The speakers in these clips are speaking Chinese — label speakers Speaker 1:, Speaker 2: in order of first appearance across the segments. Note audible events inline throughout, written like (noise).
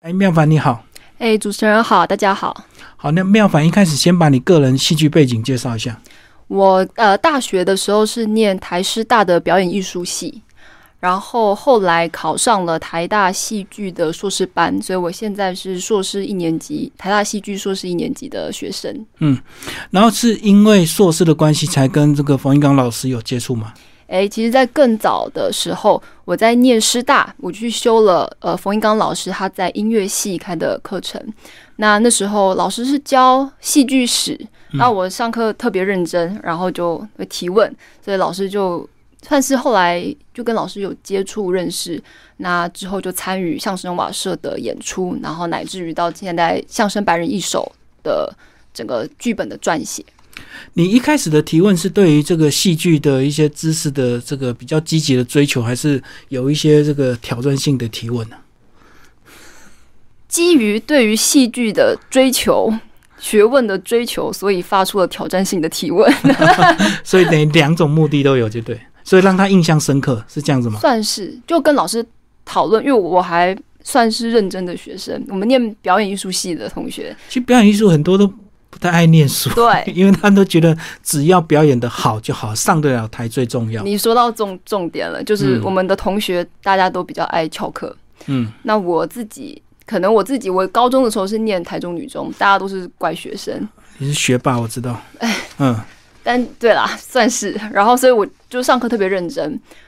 Speaker 1: 哎，妙凡你好，
Speaker 2: 哎，主持人好，大家好。
Speaker 1: 好，那妙凡一开始先把你个人戏剧背景介绍一下。
Speaker 2: 我呃，大学的时候是念台师大的表演艺术系，然后后来考上了台大戏剧的硕士班，所以我现在是硕士一年级，台大戏剧硕士一年级的学生。
Speaker 1: 然后是因为硕士的关系，才跟这个冯一刚老师有接触吗？
Speaker 2: 哎，其实，在更早的时候，我在念师大，我去修了呃冯一刚老师他在音乐系开的课程。那那时候老师是教戏剧史，那我上课特别认真，然后就会提问，所以老师就算是后来就跟老师有接触认识。那之后就参与相声瓦舍的演出，然后乃至于到现在相声白人一手的整个剧本的撰写。
Speaker 1: 你一开始的提问是对于这个戏剧的一些知识的这个比较积极的追求，还是有一些这个挑战性的提问呢、 (laughs)
Speaker 2: 基于对于戏剧的追求、学问的追求，所以发出了挑战性的提问，
Speaker 1: 所以等于两种目的都有，就对。所以让他印象深刻是这样子吗？
Speaker 2: 算是就跟老师讨论，因为我还算是认真的学生，我们念表演艺术系的同学，
Speaker 1: 其实表演艺术很多都不太爱念书， (laughs)
Speaker 2: 对。
Speaker 1: 因为他都觉得只要表演的好就好，上得了台最重要。
Speaker 2: 你说到重重点了，就是
Speaker 1: 嗯
Speaker 2: 我们的同学大家都比较爱翘课，
Speaker 1: 嗯，
Speaker 2: 那我自己可能我自己，我高中的时候是念台中女中，大家都是乖学生，
Speaker 1: 你是学霸，我知道。嗯。
Speaker 2: 但对啦，算是。然后所以我就上课特别认真，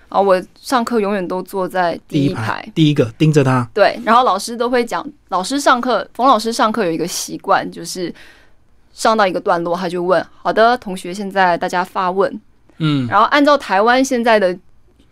Speaker 2: 然后我上课永远都坐在第
Speaker 1: 第
Speaker 2: 一
Speaker 1: 一
Speaker 2: 排
Speaker 1: 排，，第一个盯着他，
Speaker 2: 对，然后老师都会讲，老师上课，冯老师上课有一个习惯，就是上到一个段落，他就问：“好的，同学，现在大家发问。
Speaker 1: 嗯”，
Speaker 2: 然后按照台湾现在的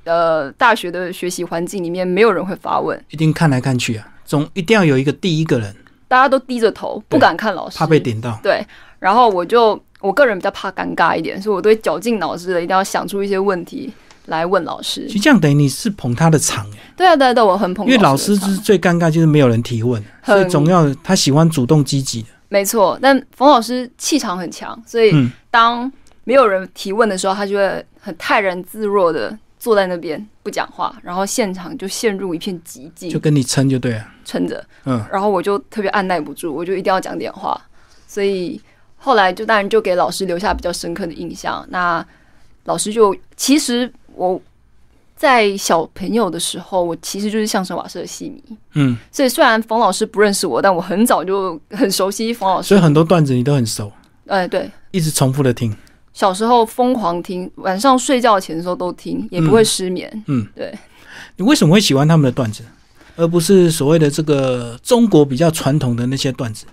Speaker 2: 呃大学的学习环境里面，没有人会发问，
Speaker 1: 一定看来看去啊，总一定要有一个第一个人，
Speaker 2: 大家都低着头，不
Speaker 1: 对
Speaker 2: 敢看老师，
Speaker 1: 怕被点到。
Speaker 2: 对，然后我就我个人比较怕尴尬一点，所以我都会绞尽脑汁的，一定要想出一些问题来问老师
Speaker 1: 其。实这样等于你是捧他的场、欸，
Speaker 2: 对啊，对啊，对啊，我很捧
Speaker 1: 因为老师
Speaker 2: 师的
Speaker 1: 就
Speaker 2: 场
Speaker 1: 是最尴尬，就是没有人提问，
Speaker 2: 很
Speaker 1: 所以总要他喜欢主动积极的。
Speaker 2: 没错，但冯老师气场很强，所以
Speaker 1: 嗯
Speaker 2: 当没有人提问的时候，他就会很泰然自若的坐在那边不讲话，然后现场就陷入一片寂
Speaker 1: 就
Speaker 2: 静，
Speaker 1: 跟你撑就对了。
Speaker 2: 撑着。
Speaker 1: 嗯，
Speaker 2: 然后我就特别按耐不住，我就一定要讲点话，所以后来就当然就给老师留下比较深刻的印象。那老师就其实我在小朋友的时候，我其实就是相声瓦舍的戏迷，
Speaker 1: 嗯，
Speaker 2: 所以虽然冯老师不认识我，但我很早就很熟悉冯老师
Speaker 1: 所以。很多段子你都很熟，
Speaker 2: 哎，对。
Speaker 1: 一直重复的听。
Speaker 2: 小时候疯狂听，晚上睡觉前的时候都听，也不会失眠。
Speaker 1: 嗯，
Speaker 2: 对。
Speaker 1: 你为什么会喜欢他们的段子，而不是所谓的这个中国比较传统的那些段子？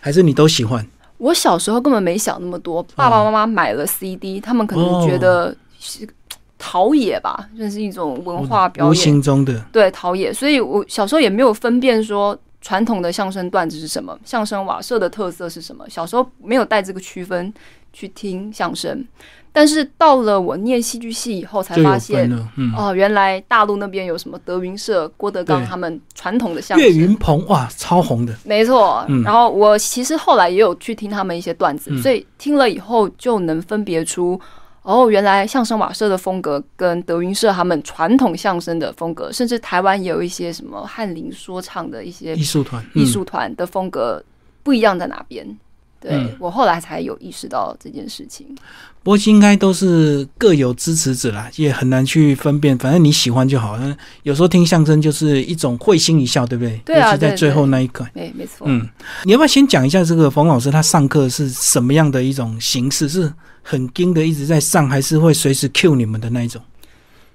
Speaker 1: 还是你都喜欢？
Speaker 2: 我小时候根本没想那么多，爸爸妈妈买了 CD，、他们可能
Speaker 1: 嗯哦
Speaker 2: 觉得是陶冶吧，这是一种文化表
Speaker 1: 无
Speaker 2: 演，
Speaker 1: 形中的，
Speaker 2: 对陶冶。所以我小时候也没有分辨说传统的相声段子是什么，相声瓦舍的特色是什么，小时候没有带这个区分去听相声。但是到了我念戏剧系以后，才
Speaker 1: 就
Speaker 2: 发
Speaker 1: 有
Speaker 2: 现
Speaker 1: 分了。嗯，
Speaker 2: 哦，原来大陆那边有什么德云社、郭德纲
Speaker 1: 对
Speaker 2: 他们传统的相
Speaker 1: 岳
Speaker 2: 声，
Speaker 1: 云鹏哇，超红的。
Speaker 2: 没错。
Speaker 1: 嗯
Speaker 2: 然后我其实后来也有去听他们一些段子，
Speaker 1: 嗯
Speaker 2: 所以听了以后就能分别出，哦，原来相声瓦舍的风格跟德云社他们传统相声的风格，甚至台湾也有一些什么翰林说唱的一些
Speaker 1: 艺术嗯团，
Speaker 2: 艺术团的风格不一样在哪边。对、
Speaker 1: 嗯
Speaker 2: 我后来才有意识到这件事情。
Speaker 1: 嗯、不过应该都是各有支持者啦，也很难去分辨，反正你喜欢就好。嗯，有时候听相声就是一种会心一笑，对不对？
Speaker 2: 对啊
Speaker 1: 尤其在
Speaker 2: 对
Speaker 1: 最后那一刻。
Speaker 2: 没没错，
Speaker 1: 嗯，你要不要先讲一下这个冯老师他上课是什么样的一种形式？是很盯的一直在上，还是会随时 cue 你们的那一种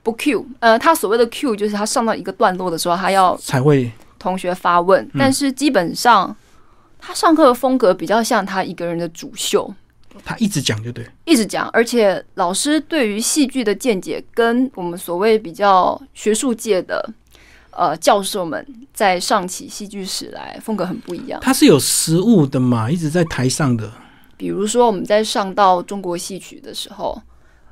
Speaker 2: 不 Q，呃，他所谓的 Q 就是他上到一个段落的时候，他要
Speaker 1: 才会？
Speaker 2: 同学发问，但是基本上他上课的风格比较像他一个人的主秀，
Speaker 1: 他一直讲就对。
Speaker 2: 一直讲，而且老师对于戏剧的见解跟我们所谓比较学术界的呃教授们在上起戏剧史来风格很不一样。
Speaker 1: 他是有实物的嘛，一直在台上的。
Speaker 2: 比如说我们在上到中国戏曲的时候，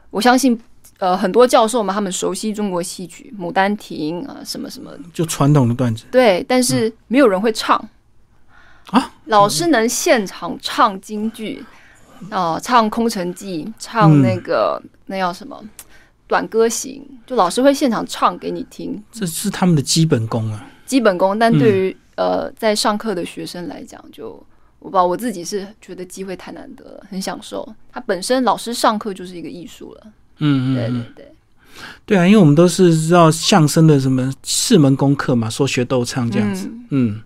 Speaker 2: 我相信。呃，很多教授们他们熟悉中国戏曲《牡丹亭》啊、什么什么
Speaker 1: 就传统的段子，
Speaker 2: 对，但是没有人会唱
Speaker 1: 嗯啊。
Speaker 2: 老师能现场唱京剧，哦、唱《空城计》，唱
Speaker 1: 嗯
Speaker 2: 那个、那叫什么《短歌行》，就老师会现场唱给你听。
Speaker 1: 这是他们的基本功啊。
Speaker 2: 基本功，但对
Speaker 1: 嗯
Speaker 2: 于、呃在上课的学生来讲，就我不知道我自己是觉得机会太难得了，很享受。它本身老师上课就是一个艺术了，
Speaker 1: 嗯嗯
Speaker 2: 对
Speaker 1: 嗯
Speaker 2: 对
Speaker 1: 嗯，
Speaker 2: 对，
Speaker 1: 对啊，因为我们都是知道相声的什么四门功课嘛，说学逗唱这样子，
Speaker 2: 嗯
Speaker 1: 嗯。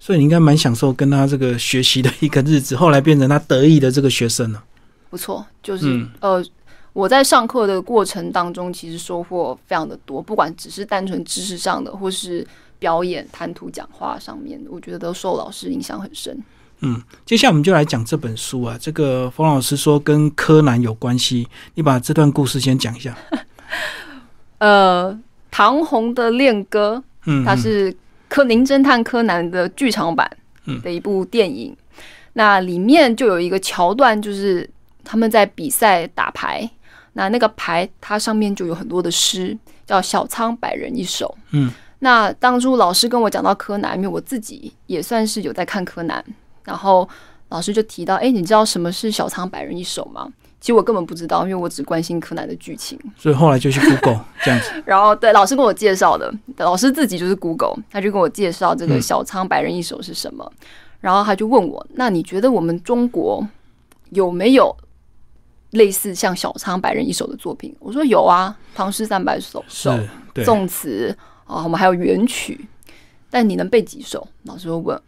Speaker 1: 所以你应该蛮享受跟他这个学习的一个日子，后来变成他得意的这个学生了。啊
Speaker 2: 不错，就是、
Speaker 1: 嗯
Speaker 2: 呃，我在上课的过程当中，其实收获非常的多，不管只是单纯知识上的，或是表演、谈吐、讲话上面，我觉得都受老师影响很深。
Speaker 1: 接下来我们就来讲这本书啊，这个冯老师说跟柯南有关系，你把这段故事先讲一下。
Speaker 2: 呃，唐红的恋歌，
Speaker 1: 嗯，
Speaker 2: 它是柯名侦探柯南的剧场版
Speaker 1: 嗯
Speaker 2: 的一部电影。那里面就有一个桥段，就是他们在比赛打牌，那那个牌它上面就有很多的诗，叫“小仓百人一首”。
Speaker 1: 嗯，
Speaker 2: 那当初老师跟我讲到柯南，因为我自己也算是有在看柯南，然后老师就提到，哎、你知道什么是“小仓百人一首”吗？其实我根本不知道，因为我只关心柯南的剧情。
Speaker 1: 嗯所以后来就去 Google 这样子。
Speaker 2: 然后对老师跟我介绍的，老师自己就是 Google，他就跟我介绍这个小仓百人一首是什么，然后他就问我，那你觉得我们中国有没有类似像小仓百人一首的作品？我说有啊，唐诗三百首，首
Speaker 1: 是，对，
Speaker 2: 宋词啊，我们还有元曲，但你能背几首？老师就问，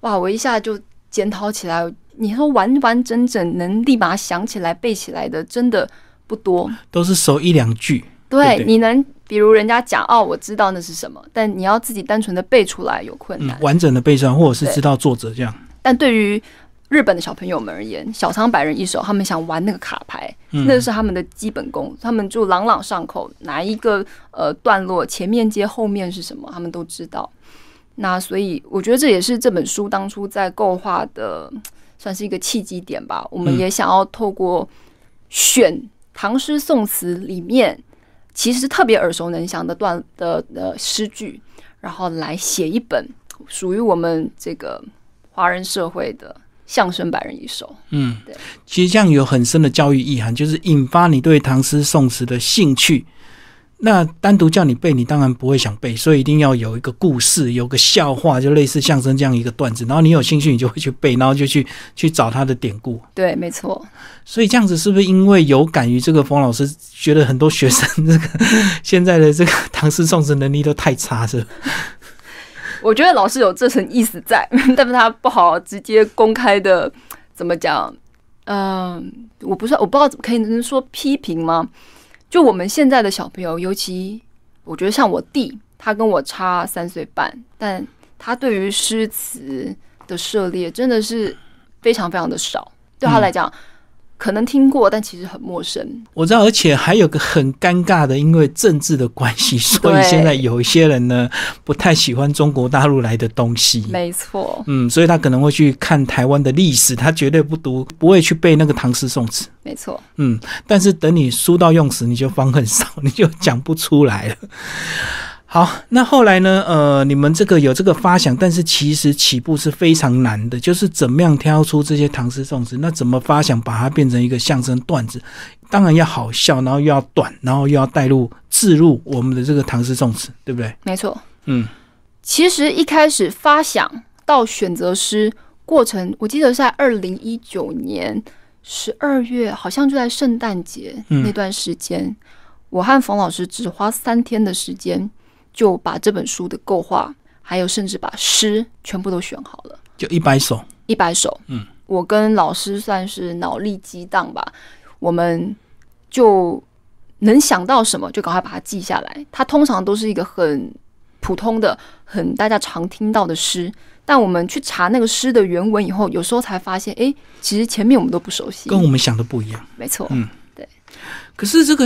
Speaker 2: 哇，我一下就检讨起来，你说完完整整能立马想起来背起来的，真的不多。
Speaker 1: 都是熟一两句。对
Speaker 2: 对，
Speaker 1: 对
Speaker 2: 你能比如人家讲哦，我知道那是什么，但你要自己单纯的背出来有困
Speaker 1: 嗯
Speaker 2: 难。，
Speaker 1: 完整的背诵，或者是知道作者这样。
Speaker 2: 但对于日本的小朋友们而言，小仓百人一手，他们想玩那个卡牌，
Speaker 1: 嗯
Speaker 2: 那是他们的基本功，他们就朗朗上口，哪一个呃段落前面接后面是什么，他们都知道。那所以我觉得这也是这本书当初在构画的，算是一个契机点吧。我
Speaker 1: 嗯
Speaker 2: 们也想要透过选唐诗宋词里面其实特别耳熟能详的段的的诗句，然后来写一本属于我们这个华人社会的相声百人一首。
Speaker 1: 嗯
Speaker 2: 对，
Speaker 1: 其实这样有很深的教育意涵，就是引发你对唐诗宋词的兴趣。那单独叫你背，你当然不会想背，所以一定要有一个故事，有个笑话，就类似相声这样一个段子。然后你有兴趣，你就会去背，然后就去去找他的典故。
Speaker 2: 对，没错。
Speaker 1: 所以这样子是不是因为有感于这个冯老师觉得很多学生这个现在的这个唐诗宋词能力都太差，是吧？
Speaker 2: 我觉得老师有这层意思在， (laughs) 但是他不好直接公开的怎么讲？嗯、我不是我不知道怎么可以能说批评吗？就我们现在的小朋友，尤其我觉得像我弟，他跟我差三岁半，但他对于诗词的涉猎真的是非常非常的少，对他来讲。可能听过，但其实很陌生。
Speaker 1: (laughs) 我知道，而且还有个很尴尬的，因为政治的关系，所以
Speaker 2: 对
Speaker 1: 现在有一些人呢不太喜欢中国大陆来的东西。
Speaker 2: 没错，
Speaker 1: 嗯，所以他可能会去看台湾的历史，他绝对不读，不会去背那个唐诗宋词。
Speaker 2: 没错。
Speaker 1: 嗯，但是等你书到用时，你就方恨少， (laughs) 你就讲不出来了。好，那后来呢？呃，你们这个有这个发想，但是其实起步是非常难的，就是怎么样挑出这些唐诗宋词，那怎么发想把它变成一个相声段子？当然要好笑，然后又要短，然后又要带入置入我们的这个唐诗宋词，对不对？
Speaker 2: 没错，
Speaker 1: 嗯，
Speaker 2: 其实一开始发想到选择诗过程，我记得是在二零一九年十二月，好像就在圣诞节
Speaker 1: 嗯
Speaker 2: 那段时间，我和冯老师只花三天的时间就把这本书的构画，还有甚至把诗全部都选好了。
Speaker 1: 就一百首，
Speaker 2: 一百首。
Speaker 1: 嗯，
Speaker 2: 我跟老师算是脑力激荡吧，我们就能想到什么就赶快把它记下来。它通常都是一个很普通的、很大家常听到的诗，但我们去查那个诗的原文以后，有时候才发现，诶，其实前面我们都不熟悉。
Speaker 1: 跟我们想的不一样。
Speaker 2: 没错，
Speaker 1: 嗯可是这个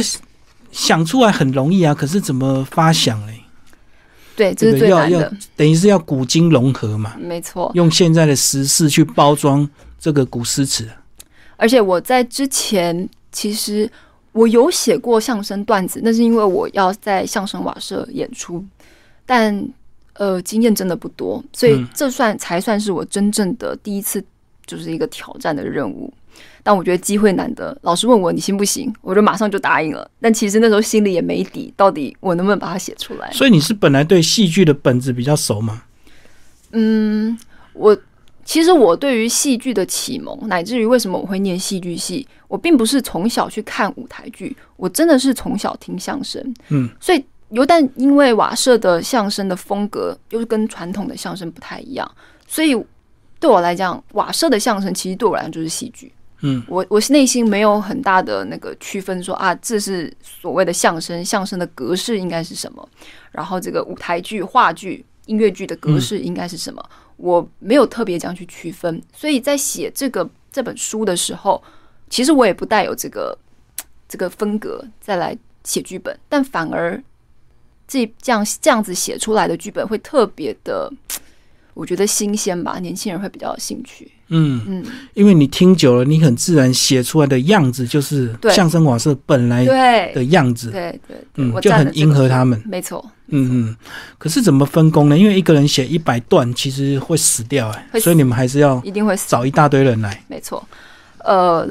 Speaker 1: 想出来很容易啊，可是怎么发想嘞？
Speaker 2: 对，这是
Speaker 1: 对
Speaker 2: 最
Speaker 1: 要
Speaker 2: 难
Speaker 1: 要
Speaker 2: 的。
Speaker 1: 等于是要古今融合嘛，
Speaker 2: 没错，
Speaker 1: 用现在的时事去包装这个古诗词。
Speaker 2: 而且我在之前其实我有写过相声段子，那是因为我要在相声瓦舍演出，但呃经验真的不多，所以
Speaker 1: 嗯
Speaker 2: 这算才算是我真正的第一次就是一个挑战的任务。但我觉得机会难得，老师问我你行不行，我就马上就答应了。但其实那时候心里也没底，到底我能不能把它写出来？
Speaker 1: 所以你是本来对戏剧的本质比较熟吗？
Speaker 2: 嗯，我其实我对于戏剧的启蒙，乃至于为什么我会念戏剧系，我并不是从小去看舞台剧，我真的是从小听相声。
Speaker 1: 嗯，
Speaker 2: 所以有但因为瓦舍的相声的风格又是跟传统的相声不太一样，所以对我来讲，瓦舍的相声其实对我来讲就是戏剧。
Speaker 1: 嗯，
Speaker 2: 我我内心没有很大的那个区分说，啊，这是所谓的相声，相声的格式应该是什么，然后这个舞台剧、话剧、音乐剧的格式应该是什么，我没有特别这样去区分。所以在写这个这本书的时候，其实我也不带有这个这个风格再来写剧本，但反而这这样这样子写出来的剧本会特别的，我觉得新鲜吧，年轻人会比较有兴趣。
Speaker 1: 嗯，
Speaker 2: 嗯，
Speaker 1: 因为你听久了，你很自然写出来的样子就是
Speaker 2: 对
Speaker 1: 相声瓦舍本来
Speaker 2: 对。
Speaker 1: 哎的样子。
Speaker 2: 对对对，
Speaker 1: 嗯
Speaker 2: 我，
Speaker 1: 就
Speaker 2: 站
Speaker 1: 很
Speaker 2: 的这
Speaker 1: 迎
Speaker 2: 个
Speaker 1: 合他们。
Speaker 2: 没错，
Speaker 1: 嗯嗯，可是怎么分工呢？因为一个人写一百段，其实会死掉哎、
Speaker 2: 会死
Speaker 1: 所以你们还是要
Speaker 2: 一定会死，
Speaker 1: 找一大堆人来。
Speaker 2: 没错。呃，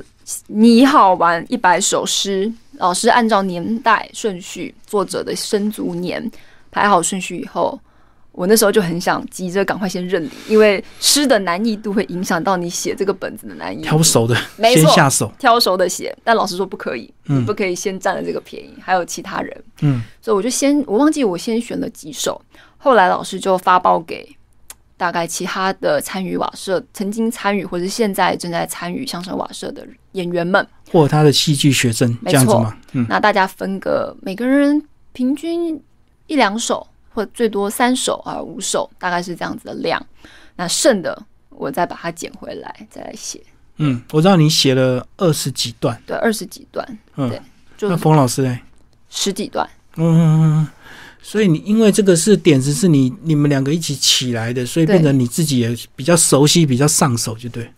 Speaker 2: 你好玩一百首诗，老师按照年代顺序、作者的生卒年排好顺序以后，我那时候就很想急着赶快先认领，因为诗的难易度会影响到你写这个本子的难易度。
Speaker 1: 挑手的
Speaker 2: 没
Speaker 1: 先
Speaker 2: 错
Speaker 1: 下手，
Speaker 2: 挑熟的写，但老师说不可以，
Speaker 1: 嗯
Speaker 2: 不可以先占了这个便宜，还有其他人，
Speaker 1: 嗯，
Speaker 2: 所以我就先我忘记我先选了几首，后来老师就发报给大概其他的参与瓦舍曾经参与或者现在正在参与相声瓦舍的演员们，
Speaker 1: 或者他的戏剧学生这
Speaker 2: 没错
Speaker 1: 样子嘛。嗯
Speaker 2: 那大家分个每个人平均一两首，或最多三首啊五首，大概是这样子的量，那剩的我再把它捡回来再来写，
Speaker 1: 嗯，我知道你写了二十几段，
Speaker 2: 对，二十几段
Speaker 1: 嗯
Speaker 2: 对，
Speaker 1: 那
Speaker 2: 就
Speaker 1: 冯老师哎、
Speaker 2: 十几段。
Speaker 1: 嗯嗯，嗯嗯所以你因为这个是点子是你你们两个一起起来的，所以
Speaker 2: 对
Speaker 1: 变成你自己也比较熟悉、比较上手，就对。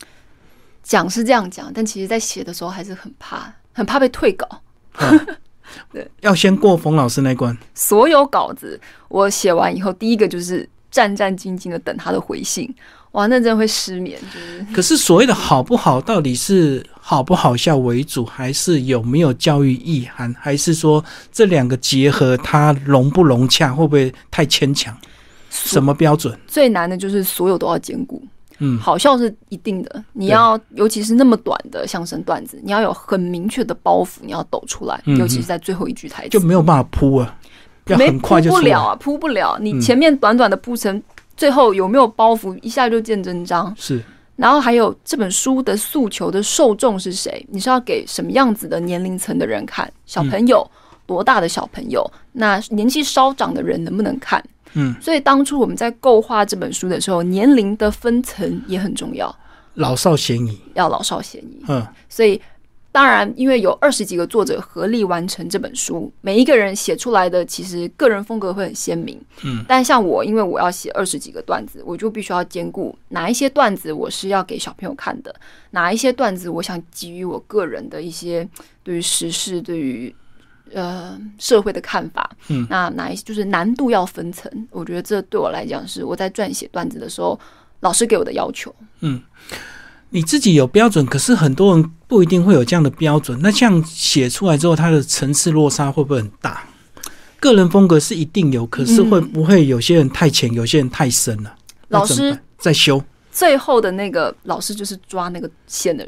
Speaker 2: 讲是这样讲，但其实在写的时候还是很怕，很怕被退稿。
Speaker 1: 要先过冯老师那关，
Speaker 2: 所有稿子我写完以后，第一个就是战战兢兢的等他的回信。哇，那真的会失眠，就是
Speaker 1: 可是所谓的好不好，到底是好不好笑为主，还是有没有教育意涵，还是说这两个结合它融不融洽，会不会太牵强？什么标准？
Speaker 2: 最难的就是所有都要兼顾。
Speaker 1: 嗯
Speaker 2: 好笑是一定的，你要尤其是那么短的相声段子，你要有很明确的包袱，你要抖出来，
Speaker 1: 嗯
Speaker 2: 尤其是在最后一句台词，
Speaker 1: 就没有办法铺啊，要
Speaker 2: 没
Speaker 1: 很快就
Speaker 2: 铺
Speaker 1: 出
Speaker 2: 不
Speaker 1: 来
Speaker 2: 了。啊，铺不了。
Speaker 1: 嗯
Speaker 2: 你前面短短的铺陈，最后有没有包袱，一下就见真章。
Speaker 1: 是，
Speaker 2: 然后还有这本书的诉求的受众是谁？你是要给什么样子的年龄层的人看？小朋友、多大的小朋友？那年纪稍长的人能不能看？
Speaker 1: 嗯，
Speaker 2: 所以当初我们在构画这本书的时候，年龄的分层也很重要，
Speaker 1: 老少咸宜。
Speaker 2: 要老少咸宜。
Speaker 1: 嗯，
Speaker 2: 所以当然，因为有二十几个作者合力完成这本书，每一个人写出来的其实个人风格会很鲜明。
Speaker 1: 嗯，
Speaker 2: 但像我，因为我要写二十几个段子，我就必须要兼顾哪一些段子我是要给小朋友看的，哪一些段子我想给予我个人的一些对于时事、对于呃社会的看法。
Speaker 1: 嗯
Speaker 2: 那哪一就是难度要分层，我觉得这对我来讲是我在撰写段子的时候老师给我的要求。
Speaker 1: 你自己有标准，可是很多人不一定会有这样的标准。那这样写出来之后，它的层次落差会不会很大？个人风格是一定有，可是会不会有些人太浅，有些人太深了、那
Speaker 2: 嗯老
Speaker 1: 怎么
Speaker 2: 师
Speaker 1: 办在修，
Speaker 2: 最后的那个老师就是抓那个线的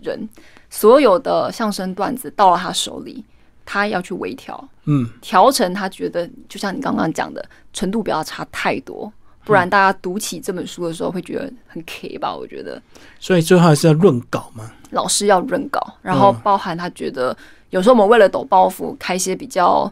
Speaker 2: 人，所有的相声段子到了他手里，他要去微调，
Speaker 1: 嗯，
Speaker 2: 调成他觉得，就像你刚刚讲的，程度不要差太多，不然大家读起这本书的时候会觉得很 K 吧？我觉得
Speaker 1: 所以最后还是要润稿嘛。
Speaker 2: 老师要润稿，然后
Speaker 1: 嗯
Speaker 2: 包含他觉得。有时候我们为了抖包袱，开一些比较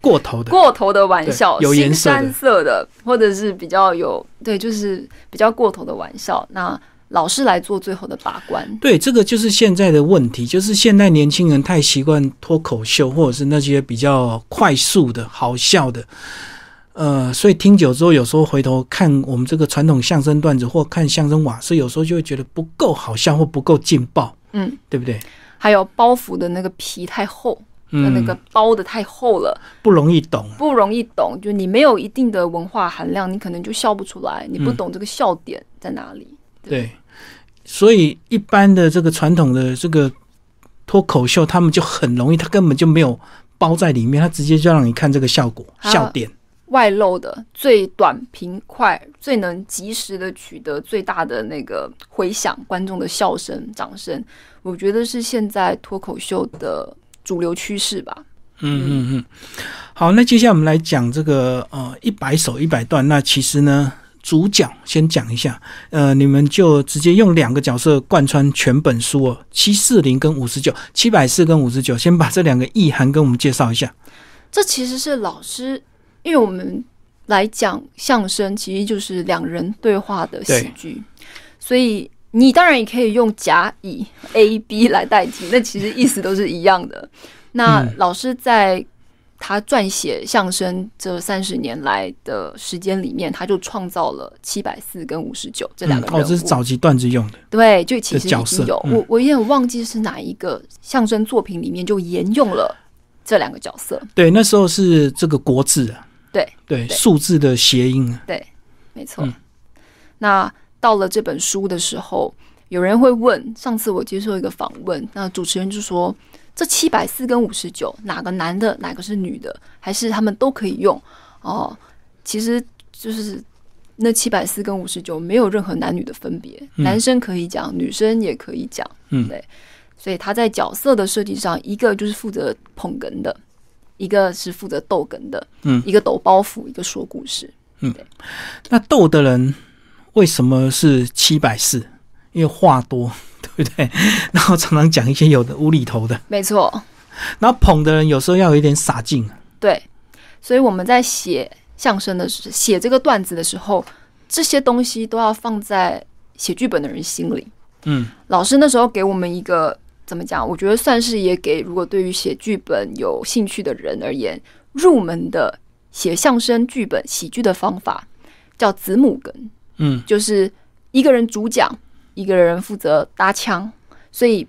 Speaker 1: 过头的，
Speaker 2: 过头的玩笑，
Speaker 1: 对有颜
Speaker 2: 新
Speaker 1: 色的
Speaker 2: 山色的，或者是比较有对，就是比较过头的玩笑。那老师来做最后的把关，
Speaker 1: 对，这个就是现在的问题，就是现在年轻人太习惯脱口秀，或者是那些比较快速的、好笑的。呃，所以听久之后，有时候回头看我们这个传统相声段子或看相声瓦舍，有时候就会觉得不够好笑或不够劲爆，
Speaker 2: 嗯，
Speaker 1: 对不对？
Speaker 2: 还有包袱的那个皮太厚，
Speaker 1: 嗯
Speaker 2: 那个包的太厚了，
Speaker 1: 不容易懂。
Speaker 2: 不容易懂。就你没有一定的文化含量，你可能就笑不出来，你不懂这个笑点在哪里。
Speaker 1: 对，所以一般的这个传统的这个脱口秀，他们就很容易，他根本就没有包在里面，他直接就让你看这个效果
Speaker 2: 还有
Speaker 1: 笑点。
Speaker 2: 外露的最短平快，最能及时的取得最大的那个回响，观众的笑声、掌声，我觉得是现在脱口秀的主流趋势吧。
Speaker 1: 嗯嗯嗯。好，那接下来我们来讲这个呃一百首一百段。那其实呢，主角先讲一下，呃，你们就直接用两个角色贯穿全本书哦，七四零跟五十九，七百四跟五十九，先把这两个意涵跟我们介绍一下。
Speaker 2: 这其实是老师，因为我们来讲相声，其实就是两人对话的喜剧，所以你当然也可以用甲乙 A B 来代替，那其实意思都是一样的。那
Speaker 1: 嗯
Speaker 2: 老师在他撰写相声这三十年来的时间里面，他就创造了七百四跟五十九这两个
Speaker 1: 嗯、
Speaker 2: 人物。
Speaker 1: 哦，这是早期段子用的。
Speaker 2: 对，就其实已
Speaker 1: 角
Speaker 2: 经
Speaker 1: 色
Speaker 2: 有、
Speaker 1: 嗯
Speaker 2: 我，我有点忘记是哪一个相声作品里面就沿用了这两个角色。
Speaker 1: 对，那时候是这个国字啊。
Speaker 2: 对
Speaker 1: 对，
Speaker 2: 对
Speaker 1: 数字的谐音啊。
Speaker 2: 没错。
Speaker 1: 嗯
Speaker 2: 那到了这本书的时候，有人会问，上次我接受一个访问，那主持人就说，这七百四跟五十九，哪个男的，哪个是女的，还是他们都可以用？哦，其实就是。那七百四跟五十九没有任何男女的分别，
Speaker 1: 嗯
Speaker 2: 男生可以讲，女生也可以讲，
Speaker 1: 嗯
Speaker 2: 对。所以他在角色的设计上，一个就是负责捧哏的，一个是负责逗哏的，
Speaker 1: 嗯
Speaker 2: 一个抖包袱，一个说故事。
Speaker 1: 那逗的人为什么是七百四？因为话多， (laughs) 对不对？然后常常讲一些有的无厘头的，
Speaker 2: 没错，
Speaker 1: 然后捧的人有时候要有一点傻劲啊。
Speaker 2: 对，所以我们在写相声的时，写这个段子的时候，这些东西都要放在写剧本的人心里。
Speaker 1: 嗯
Speaker 2: 老师那时候给我们一个怎么讲？我觉得算是也给如果对于写剧本有兴趣的人而言，入门的写相声剧本喜剧的方法叫子母哏。
Speaker 1: 嗯
Speaker 2: 就是一个人主讲，一个人负责搭腔，所以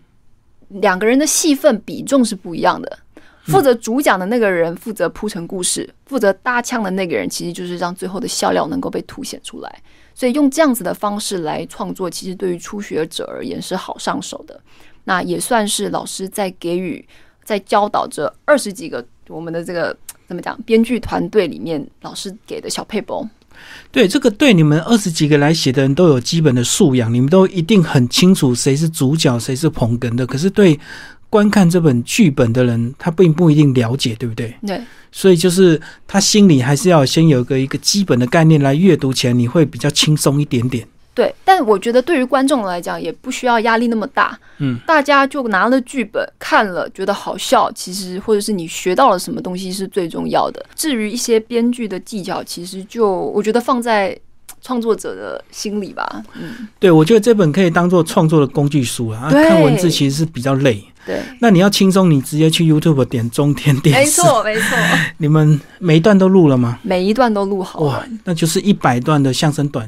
Speaker 2: 两个人的戏份比重是不一样的。负责主讲的那个人负责铺陈故事，负责搭腔的那个人其实就是让最后的笑料能够被凸显出来。所以用这样子的方式来创作，其实对于初学者而言是好上手的。那也算是老师在给予、在教导这二十几个我们的这个怎么讲编剧团队里面，老师给的小配包。
Speaker 1: 对，这个对你们二十几个来写的人都有基本的素养，你们都一定很清楚谁是主角，谁是捧哏的。可是对观看这本剧本的人，他并不一定了解，对不对？
Speaker 2: 对，
Speaker 1: 所以就是他心里还是要先有个一个基本的概念来阅读前，你会比较轻松一点点。
Speaker 2: 对，但我觉得对于观众来讲，也不需要压力那么大。
Speaker 1: 嗯，
Speaker 2: 大家就拿了剧本看了，觉得好笑，其实或者是你学到了什么东西是最重要的。至于一些编剧的技巧，其实就我觉得放在创作者的心里吧。嗯，
Speaker 1: 对，我觉得这本可以当做创作的工具书啊。啊
Speaker 2: 对
Speaker 1: 看文字其实是比较累，
Speaker 2: 对，
Speaker 1: 那你要轻松，你直接去 YouTube 点中天电
Speaker 2: 没
Speaker 1: 视。
Speaker 2: 错，没错，
Speaker 1: (laughs) 你们每一段都录了吗？
Speaker 2: 每一段都录好
Speaker 1: 啊哇
Speaker 2: 了。，
Speaker 1: 那就是一百段的相声短，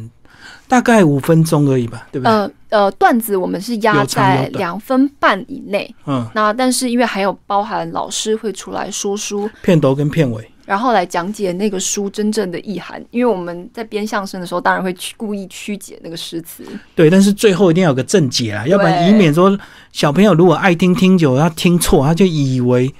Speaker 1: 大概五分钟而已吧，对不对？
Speaker 2: 呃呃，段子我们是压
Speaker 1: 有长有
Speaker 2: 在
Speaker 1: 短
Speaker 2: 两分半以内，
Speaker 1: 嗯，
Speaker 2: 那但是因为还有包含老师会出来说书，
Speaker 1: 片头跟片尾。
Speaker 2: 然后来讲解那个书真正的意涵，因为我们在编相声的时候，当然会去故意曲解那个诗词。 (laughs)
Speaker 1: 对，但是最后一定要有个正解啊，要不然以免说小朋友如果爱听听久，他听错，他就以为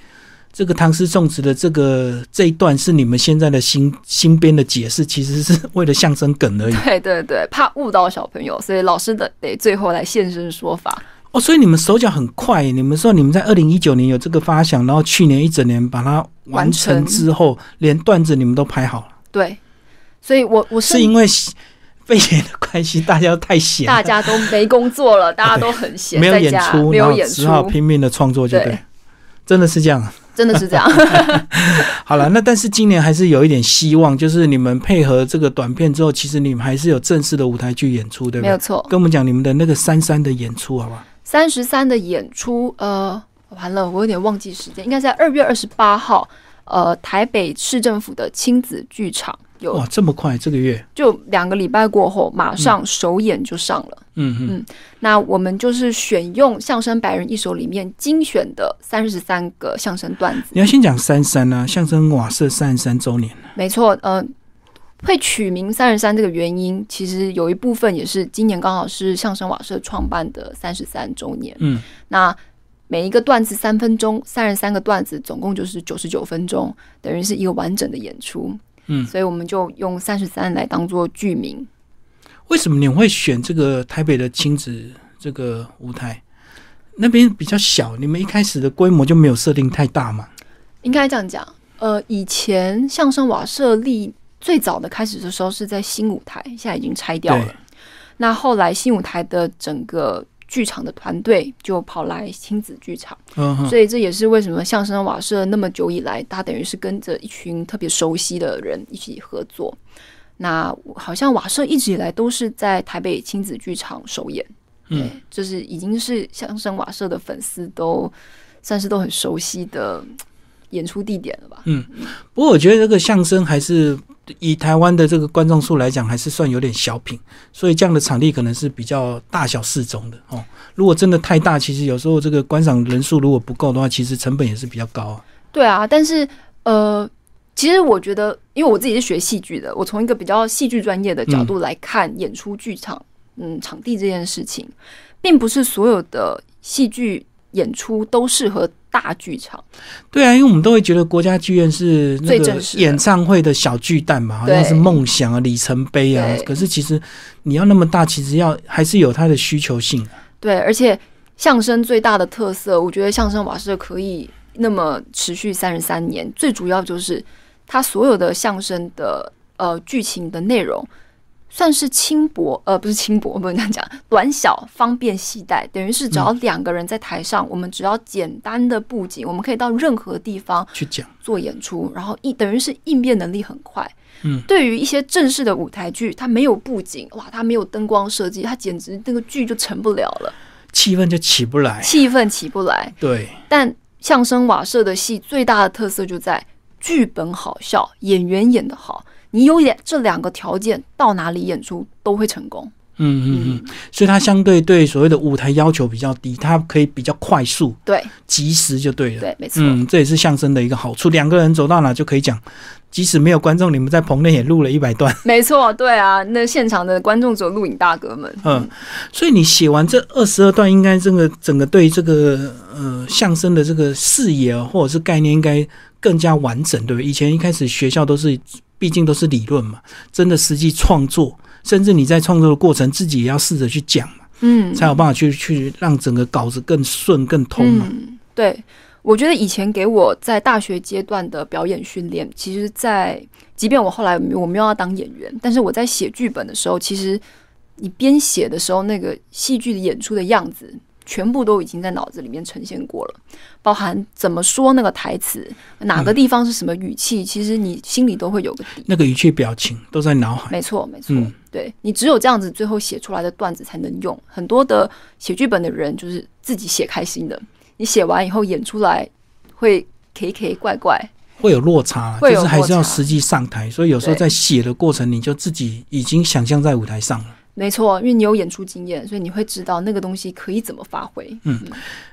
Speaker 1: 这个唐诗宋词的这个这一段是你们现在的新新编的解释，其实是为了相声梗而已。
Speaker 2: 对对对，怕误导小朋友，所以老师的得最后来现身说法。
Speaker 1: 哦，所以你们手脚很快耶，你们说你们在二零一九年有这个发想，然后去年一整年把它完成
Speaker 2: 完成
Speaker 1: 之后，连段子你们都排好了，
Speaker 2: 对，所以我我
Speaker 1: 是因为喜肺炎的关系，大家都太闲了，
Speaker 2: 大家都没工作了，大家都很闲，
Speaker 1: 没有
Speaker 2: 在
Speaker 1: 演
Speaker 2: 家
Speaker 1: 出，
Speaker 2: (laughs) 没有
Speaker 1: 然后
Speaker 2: 演
Speaker 1: 只好
Speaker 2: 出，
Speaker 1: 拼命的创作，就对，
Speaker 2: 对
Speaker 1: 真的是这样啊。
Speaker 2: 真的是 (laughs) 这样。
Speaker 1: 好了，那但是今年还是有一点希望，就是你们配合这个短片之后，其实你们还是有正式的舞台剧演出，对不
Speaker 2: 没有
Speaker 1: 对？
Speaker 2: 错，
Speaker 1: 跟我们讲你们的那个三三的演出，好不好？
Speaker 2: 三十三的演出，呃，完了，我有点忘记时间，应该在二月二十八号，呃，台北市政府的亲子剧场有
Speaker 1: 哇，这么快，这个月，
Speaker 2: 就两个礼拜过后，马上首演就上了。
Speaker 1: 嗯嗯
Speaker 2: 嗯那我们就是选用相声百人一首里面精选的三十三个相声段子，
Speaker 1: 你要先讲三三啊，相声瓦舍三十三周年，
Speaker 2: 没错，呃，会取名三十三这个原因，其实有一部分也是今年刚好是相声瓦舍创办的三十三周年。
Speaker 1: 嗯，
Speaker 2: 那每一个段子三分钟，三十三个段子，总共就是九十九分钟，等于是一个完整的演出。
Speaker 1: 嗯
Speaker 2: 所以我们就用三十三来当做剧名。
Speaker 1: 为什么你会选这个台北的亲子这个舞台？那边比较小，你们一开始的规模就没有设定太大嘛？
Speaker 2: 应该这样讲，呃，以前相声瓦舍立最早的开始的时候是在新舞台，现在已经拆掉了
Speaker 1: 对。
Speaker 2: 那后来新舞台的整个剧场的团队就跑来亲子剧场，
Speaker 1: 嗯哼，
Speaker 2: 所以这也是为什么相声瓦舍那么久以来，它等于是跟着一群特别熟悉的人一起合作。那好像瓦舍一直以来都是在台北亲子剧场首演，
Speaker 1: 嗯，
Speaker 2: 就是已经是相声瓦舍的粉丝都算是都很熟悉的嗯演出地点了吧？
Speaker 1: 不过我觉得这个相声还是以台湾的这个观众数来讲，还是算有点小品，所以这样的场地可能是比较大小适中的哦。如果真的太大，其实有时候这个观赏人数如果不够的话，其实成本也是比较高啊。
Speaker 2: 对啊，但是呃，其实我觉得，因为我自己是学戏剧的，我从一个比较戏剧专业的角度来看演出剧场，嗯，场地这件事情，并不是所有的戏剧演出都适合大剧场。
Speaker 1: 对啊，因为我们都会觉得国家剧院是那
Speaker 2: 最
Speaker 1: 个
Speaker 2: 正式的
Speaker 1: 演唱会的小巨蛋嘛，好像
Speaker 2: 对
Speaker 1: 是梦想啊、里程碑啊
Speaker 2: 对。
Speaker 1: 可是其实你要那么大，其实要还是有它的需求性啊、
Speaker 2: 对，而且相声最大的特色，我觉得相声瓦舍可以那么持续三十三年，最主要就是它所有的相声的呃剧情的内容。算是轻薄，呃，不是轻薄， (laughs) 不能这样讲，短小方便携带，等于是只要两个人在台上，我们只要简单的布景，我们可以到任何地方
Speaker 1: 去讲。
Speaker 2: 做演出，然后应等于是应变能力很快。
Speaker 1: 嗯，
Speaker 2: 对于一些正式的舞台剧，它没有布景，哇，它没有灯光设计，它简直那个剧就成不了了。
Speaker 1: 气氛就起不来。
Speaker 2: 气氛起不来。
Speaker 1: 对，
Speaker 2: 但相声瓦舍的戏最大的特色就在剧本好笑，演员演得好。你有演这两个条件，到哪里演出都会成功。
Speaker 1: 嗯嗯嗯，所以它相对对所谓的舞台要求比较低，它可以比较快速、
Speaker 2: 对
Speaker 1: 及时就对了。
Speaker 2: 对，没错。
Speaker 1: 嗯，这也是相声的一个好处，两个人走到哪就可以讲，即使没有观众，你们在棚内也录了一百段。
Speaker 2: 没错，对啊，那现场的观众只有录影大哥们，
Speaker 1: 嗯，所以你写完这二十二段，应该这个整个对这个呃相声的这个视野啊或者是概念应该更加完整，对不对？以前一开始学校都是，毕竟都是理论嘛，真的实际创作，甚至你在创作的过程自己也要试着去讲嘛，
Speaker 2: 嗯，
Speaker 1: 才有办法去去让整个稿子更顺更通嘛。
Speaker 2: 嗯，对，我觉得以前给我在大学阶段的表演训练，其实在即便我后来我没有要当演员，但是我在写剧本的时候，其实你编写的时候，那个戏剧的演出的样子。全部都已经在脑子里面呈现过了，包含怎么说那个台词，哪个地方是什么语气，其实你心里都会有个底。
Speaker 1: 那个语气、表情都在脑海。
Speaker 2: 没错，没错，
Speaker 1: 嗯
Speaker 2: 对你只有这样子，最后写出来的段子才能用。很多的写剧本的人就是自己写开心的，你写完以后演出来会 K K 怪怪，
Speaker 1: 会有落差，啊
Speaker 2: 会有
Speaker 1: 就是还是要
Speaker 2: 落差
Speaker 1: 实际上台，所以有时候
Speaker 2: 对
Speaker 1: 在写的过程，你就自己已经想象在舞台上了。
Speaker 2: 没错，因为你有演出经验，所以你会知道那个东西可以怎么发挥。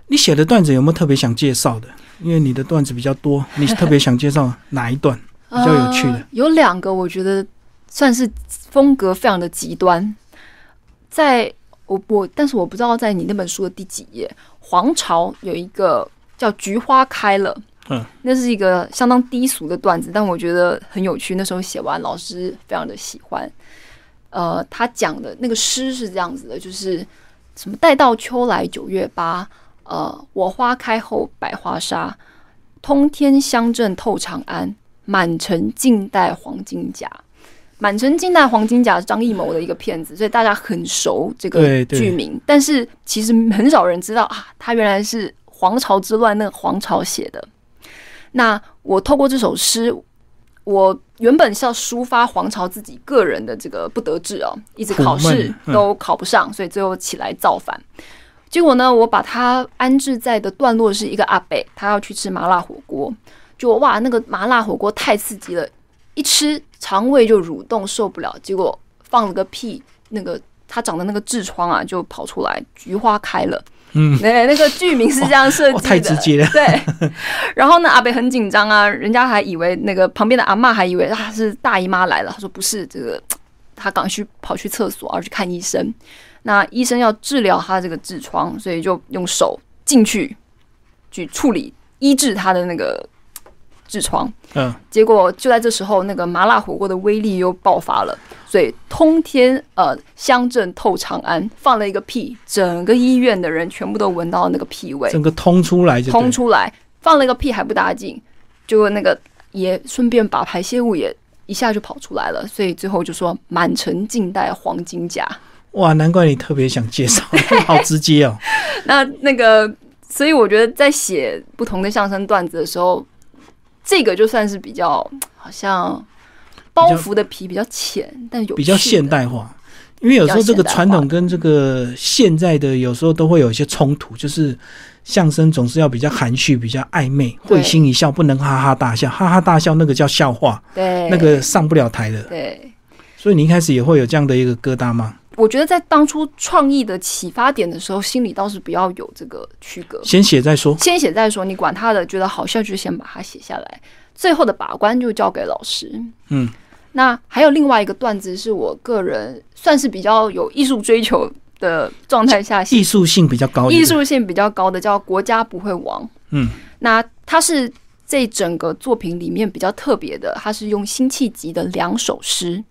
Speaker 1: 你写的段子有没有特别想介绍的？因为你的段子比较
Speaker 2: (laughs)
Speaker 1: 多，你特别想介绍哪一段？比较有趣的
Speaker 2: 呃有两个我觉得算是风格非常的极端，在我我，但是我不知道在你那本书的第几页，黄巢有一个叫《菊花开了》。
Speaker 1: 嗯，
Speaker 2: 那是一个相当低俗的段子，但我觉得很有趣。那时候写完，老师非常的喜欢。呃，他讲的那个诗是这样子的，就是什么“待到秋来九月八，呃，我花开后百花杀，通天乡镇透长安，满城尽带黄金甲。”满城尽带黄金甲是张艺谋的一个片子，所以大家很熟这个
Speaker 1: 对对
Speaker 2: 剧名，但是其实很少人知道啊，他原来是黄巢之乱那个黄巢写的。那我透过这首诗，我原本是要抒发黄巢自己个人的这个不得志哦，一直考
Speaker 1: 苦
Speaker 2: 试
Speaker 1: 闷嗯
Speaker 2: 都考不上，所以最后起来造反。结果呢，我把他安置在的段落是一个阿北，他要去吃麻辣火锅，就哇，那个麻辣火锅太刺激了，一吃肠胃就蠕动受不了，结果放了个屁，那个他长的那个痔疮啊就跑出来，菊花开了。
Speaker 1: 嗯，
Speaker 2: 对， (laughs) 那个剧名是这样设计
Speaker 1: 哇哦
Speaker 2: 的，
Speaker 1: 太直接了。
Speaker 2: (laughs) 对，然后呢，阿北很紧张啊，人家还以为那个旁边的阿嬷还以为啊是大姨妈来了，他说不是，这个他赶去跑去厕所，而去看医生。那医生要治疗他这个痔疮，所以就用手进去去处理医治他的那个痔疮。
Speaker 1: 嗯，
Speaker 2: 结果就在这时候，那个麻辣火锅的威力又爆发了，所以通天呃乡镇透长安，放了一个屁，整个医院的人全部都闻到那个屁味，
Speaker 1: 整个通出来就对
Speaker 2: 通出来，放了一个屁还不打紧，结果那个也顺便把排泄物也一下就跑出来了，所以最后就说满城尽带黄金甲。 (laughs)
Speaker 1: 哇，难怪你特别想介绍，好直接哦。
Speaker 2: 那那个，所以我觉得在写不同的相声段子的时候，这个就算是比较好像包袱的皮比较浅，但有趣的
Speaker 1: 比较现代化。因为有时候这个传统跟这个现在的有时候都会有一些冲突，就是相声总是要比较含蓄、比较暧昧，
Speaker 2: 对
Speaker 1: 会心一笑，不能哈哈大笑，哈哈大笑那个叫笑话，
Speaker 2: 对
Speaker 1: 那个上不了台的。
Speaker 2: 对。
Speaker 1: 所以你一开始也会有这样的一个疙瘩吗？
Speaker 2: 我觉得在当初创意的启发点的时候，心里倒是不要有这个区隔，
Speaker 1: 先写再说。
Speaker 2: 先写再说，你管他的，觉得好笑就先把它写下来，最后的把关就交给老师。
Speaker 1: 嗯，
Speaker 2: 那还有另外一个段子，是我个人算是比较有艺术追求的状态下写
Speaker 1: 艺术性比较高一点。
Speaker 2: 艺术性比较高的叫《国家不会亡》。
Speaker 1: 哦嗯，
Speaker 2: 那它是这整个作品里面比较特别的，它是用辛弃疾的两首诗。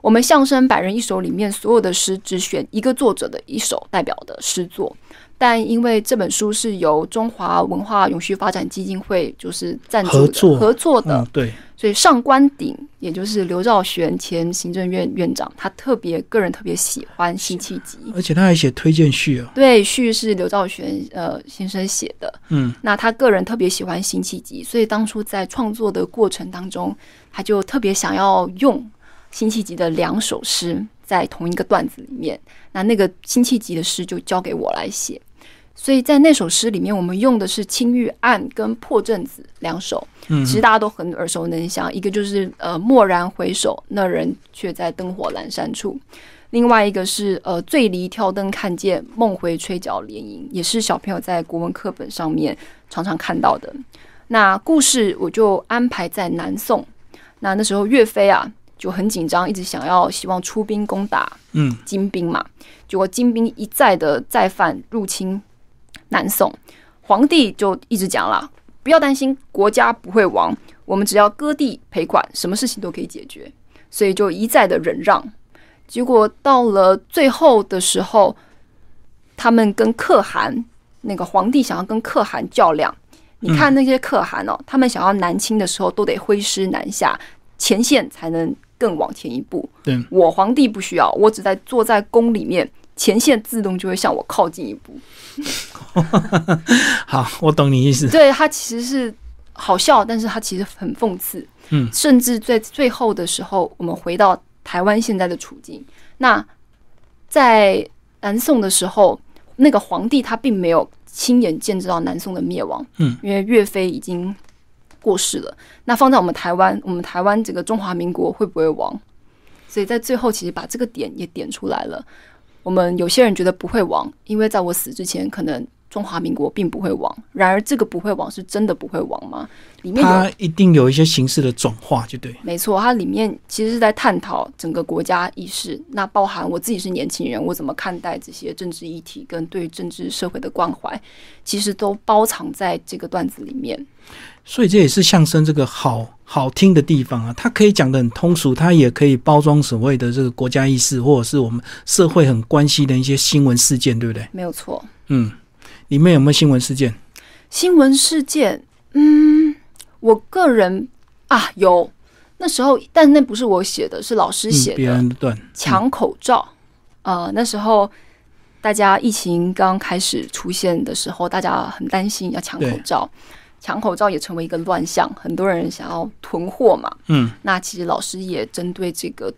Speaker 2: 我们相声百人一首里面所有的诗只选一个作者的一首代表的诗作，但因为这本书是由中华文化永续发展基金会就是赞助的
Speaker 1: 合作
Speaker 2: 合作的，
Speaker 1: 嗯，对，
Speaker 2: 所以上官鼎，也就是刘兆玄前行政院院长，他特别个人特别喜欢辛弃疾。
Speaker 1: 而且他还写推荐序哦。
Speaker 2: 对，序是刘兆玄呃先生写的。
Speaker 1: 嗯，
Speaker 2: 那他个人特别喜欢辛弃疾，所以当初在创作的过程当中，他就特别想要用辛弃疾的两首诗在同一个段子里面。那那个辛弃疾的诗就交给我来写，所以在那首诗里面，我们用的是《青玉案》跟《破阵子》两首。
Speaker 1: 嗯
Speaker 2: 其实大家都很耳熟能详，一个就是呃蓦然回首，那人却在灯火阑珊处；另外一个是呃醉离挑灯看剑，梦回吹角连营，也是小朋友在国文课本上面常常看到的。那故事我就安排在南宋，那那时候岳飞啊就很紧张，一直想要希望出兵攻打
Speaker 1: 嗯，
Speaker 2: 金兵嘛，结果金兵一再的再犯入侵南宋，皇帝就一直讲啦，不要担心，国家不会亡，我们只要割地赔款，什么事情都可以解决，所以就一再的忍让，结果到了最后的时候，他们跟可汗那个皇帝想要跟可汗较量，你看那些可汗哦，他们想要南侵的时候都得挥师南下，前线才能更往前一步。
Speaker 1: 对，
Speaker 2: 我皇帝不需要，我只在坐在宫里面，前线自动就会向我靠近一步。
Speaker 1: 好，我懂你意思。
Speaker 2: 对，它其实是好笑，但是它其实很讽刺。
Speaker 1: 嗯
Speaker 2: 甚至在最后的时候，我们回到台湾现在的处境。那在南宋的时候，那个皇帝他并没有亲眼见证到南宋的灭亡，
Speaker 1: 嗯，
Speaker 2: 因为岳飞已经过世了。那放在我们台湾，我们台湾这个中华民国会不会亡？所以在最后，其实把这个点也点出来了。我们有些人觉得不会亡，因为在我死之前，可能中华民国并不会亡。然而，这个不会亡是真的不会亡吗？里面有
Speaker 1: 他一定有一些形式的转化，就对。
Speaker 2: 没错，它里面其实是在探讨整个国家意识，那包含我自己是年轻人，我怎么看待这些政治议题跟对政治社会的关怀，其实都包藏在这个段子里面。
Speaker 1: 所以这也是相声这个好好听的地方啊，它可以讲的很通俗，它也可以包装所谓的这个国家意识，或者是我们社会很关心的一些新闻事件，对不对？
Speaker 2: 没有错，
Speaker 1: 嗯，里面有没有新闻事件？
Speaker 2: 新闻事件，嗯，我个人啊有那时候，但那不是我写的，是老师
Speaker 1: 嗯
Speaker 2: 写，
Speaker 1: 别
Speaker 2: 的。
Speaker 1: 人的段，
Speaker 2: 抢口罩。呃，那时候大家疫情刚开始出现的时候，大家很担心要抢口
Speaker 1: 对
Speaker 2: 罩，抢口罩也成为一个乱象，很多人想要囤货嘛。
Speaker 1: 嗯，
Speaker 2: 那其实老师也针对这个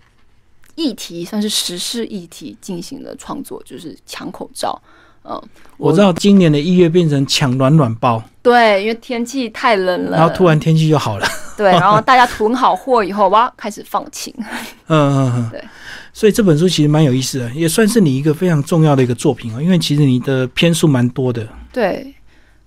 Speaker 2: 议题，算是时事议题进行了创作，就是抢口罩。嗯、
Speaker 1: 我知道今年的一月变成抢暖暖包，
Speaker 2: 对，因为天气太冷了，
Speaker 1: 然后突然天气就好了。
Speaker 2: 对，然后大家囤好货以后，哇，开始放晴。
Speaker 1: 嗯嗯嗯
Speaker 2: 对。
Speaker 1: 所以这本书其实蛮有意思的，也算是你一个非常重要的一个作品啊，因为其实你的篇数蛮多的。
Speaker 2: 对，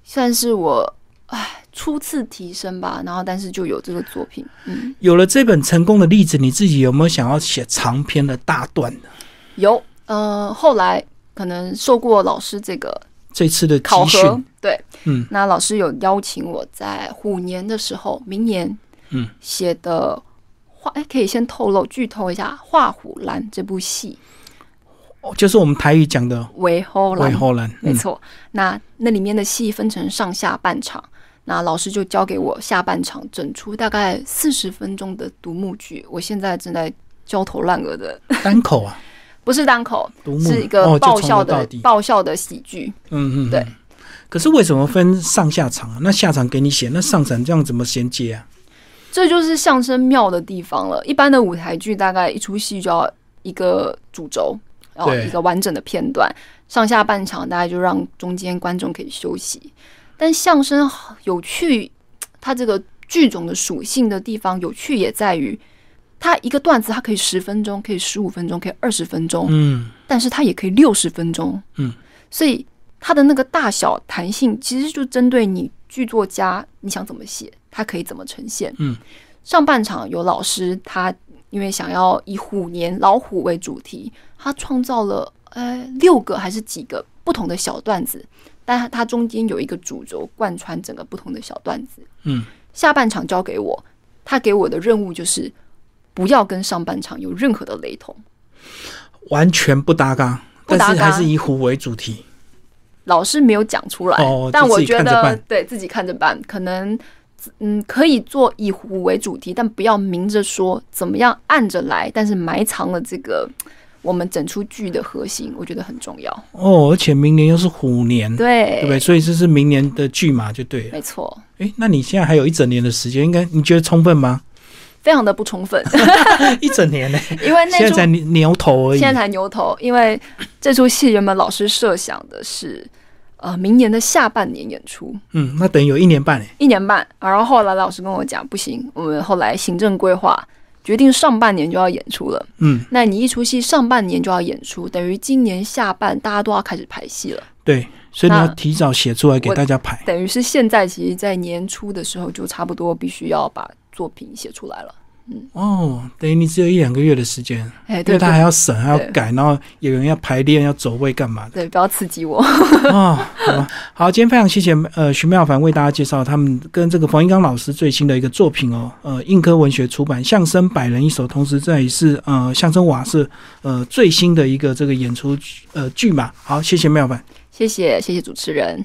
Speaker 2: 算是我唉初次提升吧，然后但是就有这个作品，嗯，
Speaker 1: 有了这本成功的例子，你自己有没有想要写长篇的大段的？
Speaker 2: 有，呃，后来可能受过老师这个
Speaker 1: 这次的
Speaker 2: 考
Speaker 1: 集
Speaker 2: 核
Speaker 1: 训，，
Speaker 2: 对，
Speaker 1: 嗯，
Speaker 2: 那老师有邀请我在虎年的时候，明年，
Speaker 1: 嗯，
Speaker 2: 写的画，哎，可以先透露剧透一下《画虎兰》这部戏，
Speaker 1: 哦就是我们台语讲的
Speaker 2: 韦后兰
Speaker 1: 韦，后兰，
Speaker 2: 没
Speaker 1: 嗯，
Speaker 2: 错。那那里面的戏分成上下半场，那老师就交给我下半场整出大概四十分钟的独幕剧，我现在正在焦头烂额的， (laughs)
Speaker 1: 单口啊，
Speaker 2: 不是单口，
Speaker 1: 独幕
Speaker 2: 是一个
Speaker 1: 哦就
Speaker 2: 爆
Speaker 1: 从
Speaker 2: 笑
Speaker 1: 头到
Speaker 2: 的
Speaker 1: 底
Speaker 2: 爆笑的喜剧。
Speaker 1: 嗯嗯，嗯
Speaker 2: 对。
Speaker 1: 可是为什么分上下场啊？那下场给你写，那上场这样怎么衔接啊？
Speaker 2: 这就是相声妙的地方了。一般的舞台剧大概一出戏就要一个主轴，然后
Speaker 1: 对
Speaker 2: 一个完整的片段，上下半场大概就让中间观众可以休息。但相声好有趣，它这个剧种的属性的地方有趣也在于，它一个段子它可以十分钟，可以十五分钟，可以二十分钟，
Speaker 1: 嗯，
Speaker 2: 但是它也可以六十分钟，
Speaker 1: 嗯，
Speaker 2: 所以它的那个大小弹性其实就针对你剧作家你想怎么写，它可以怎么呈现，
Speaker 1: 嗯。
Speaker 2: 上半场有老师，他因为想要以虎年老虎为主题，他创造了呃六个还是几个不同的小段子，但它中间有一个主轴贯穿整个不同的小段子。
Speaker 1: 嗯，
Speaker 2: 下半场交给我，他给我的任务就是不要跟上半场有任何的雷同。
Speaker 1: 完全不搭嘎，
Speaker 2: 不搭
Speaker 1: 但
Speaker 2: 嘎
Speaker 1: 是还是以虎为主题。
Speaker 2: 老师没有讲出来，
Speaker 1: 哦
Speaker 2: 但
Speaker 1: 就自
Speaker 2: 我
Speaker 1: 己
Speaker 2: 觉
Speaker 1: 看着
Speaker 2: 得
Speaker 1: 办
Speaker 2: 对自己看着办，可能嗯可以做以湖为主题，但不要明着说怎么样按着来，但是埋藏了这个我们整出剧的核心，我觉得很重要。
Speaker 1: 哦，而且明年又是虎年，嗯
Speaker 2: 对，
Speaker 1: 对不对？所以这是明年的剧嘛，就对了。
Speaker 2: 没错，
Speaker 1: 诶，那你现在还有一整年的时间，应该你觉得充分
Speaker 2: (laughs)
Speaker 1: 吗？
Speaker 2: 非常的不充
Speaker 1: (laughs)
Speaker 2: 分，
Speaker 1: 一整年呢、
Speaker 2: 因为那
Speaker 1: 现在
Speaker 2: 出
Speaker 1: 才牛头而已。
Speaker 2: 现在才牛头，因为这出戏原本老师设想的是呃明年的下半年演出，
Speaker 1: 嗯，那等于有一年半诶。
Speaker 2: 一年半，然后后来老师跟我讲不行，我们后来行政规划决定上半年就要演出了。
Speaker 1: 嗯，
Speaker 2: 那你一出戏上半年就要演出，等于今年下半大家都要开始排戏了，
Speaker 1: 对，所以你
Speaker 2: 那
Speaker 1: 要提早写出来给
Speaker 2: 我
Speaker 1: 大家排。
Speaker 2: 等于是现在其实，在年初的时候就差不多必须要把作品写出来了。
Speaker 1: 哦，等于你只有一两个月的时间，
Speaker 2: 哎，
Speaker 1: 因
Speaker 2: 对
Speaker 1: 为他还
Speaker 2: 对
Speaker 1: 要审，还要
Speaker 2: 对
Speaker 1: 改，然后有人要排练，要走位，干嘛的？
Speaker 2: 对，不要刺激我。
Speaker 1: (laughs) 哦，好吧，好，今天非常谢谢呃徐妙凡为大家介绍他们跟这个冯一刚老师最新的一个作品哦，呃，映科文学出版《相声百人一首》，同时这也是呃相声瓦是呃最新的一个这个演出呃剧嘛。好，谢谢妙凡。
Speaker 2: 谢谢，谢谢主持人。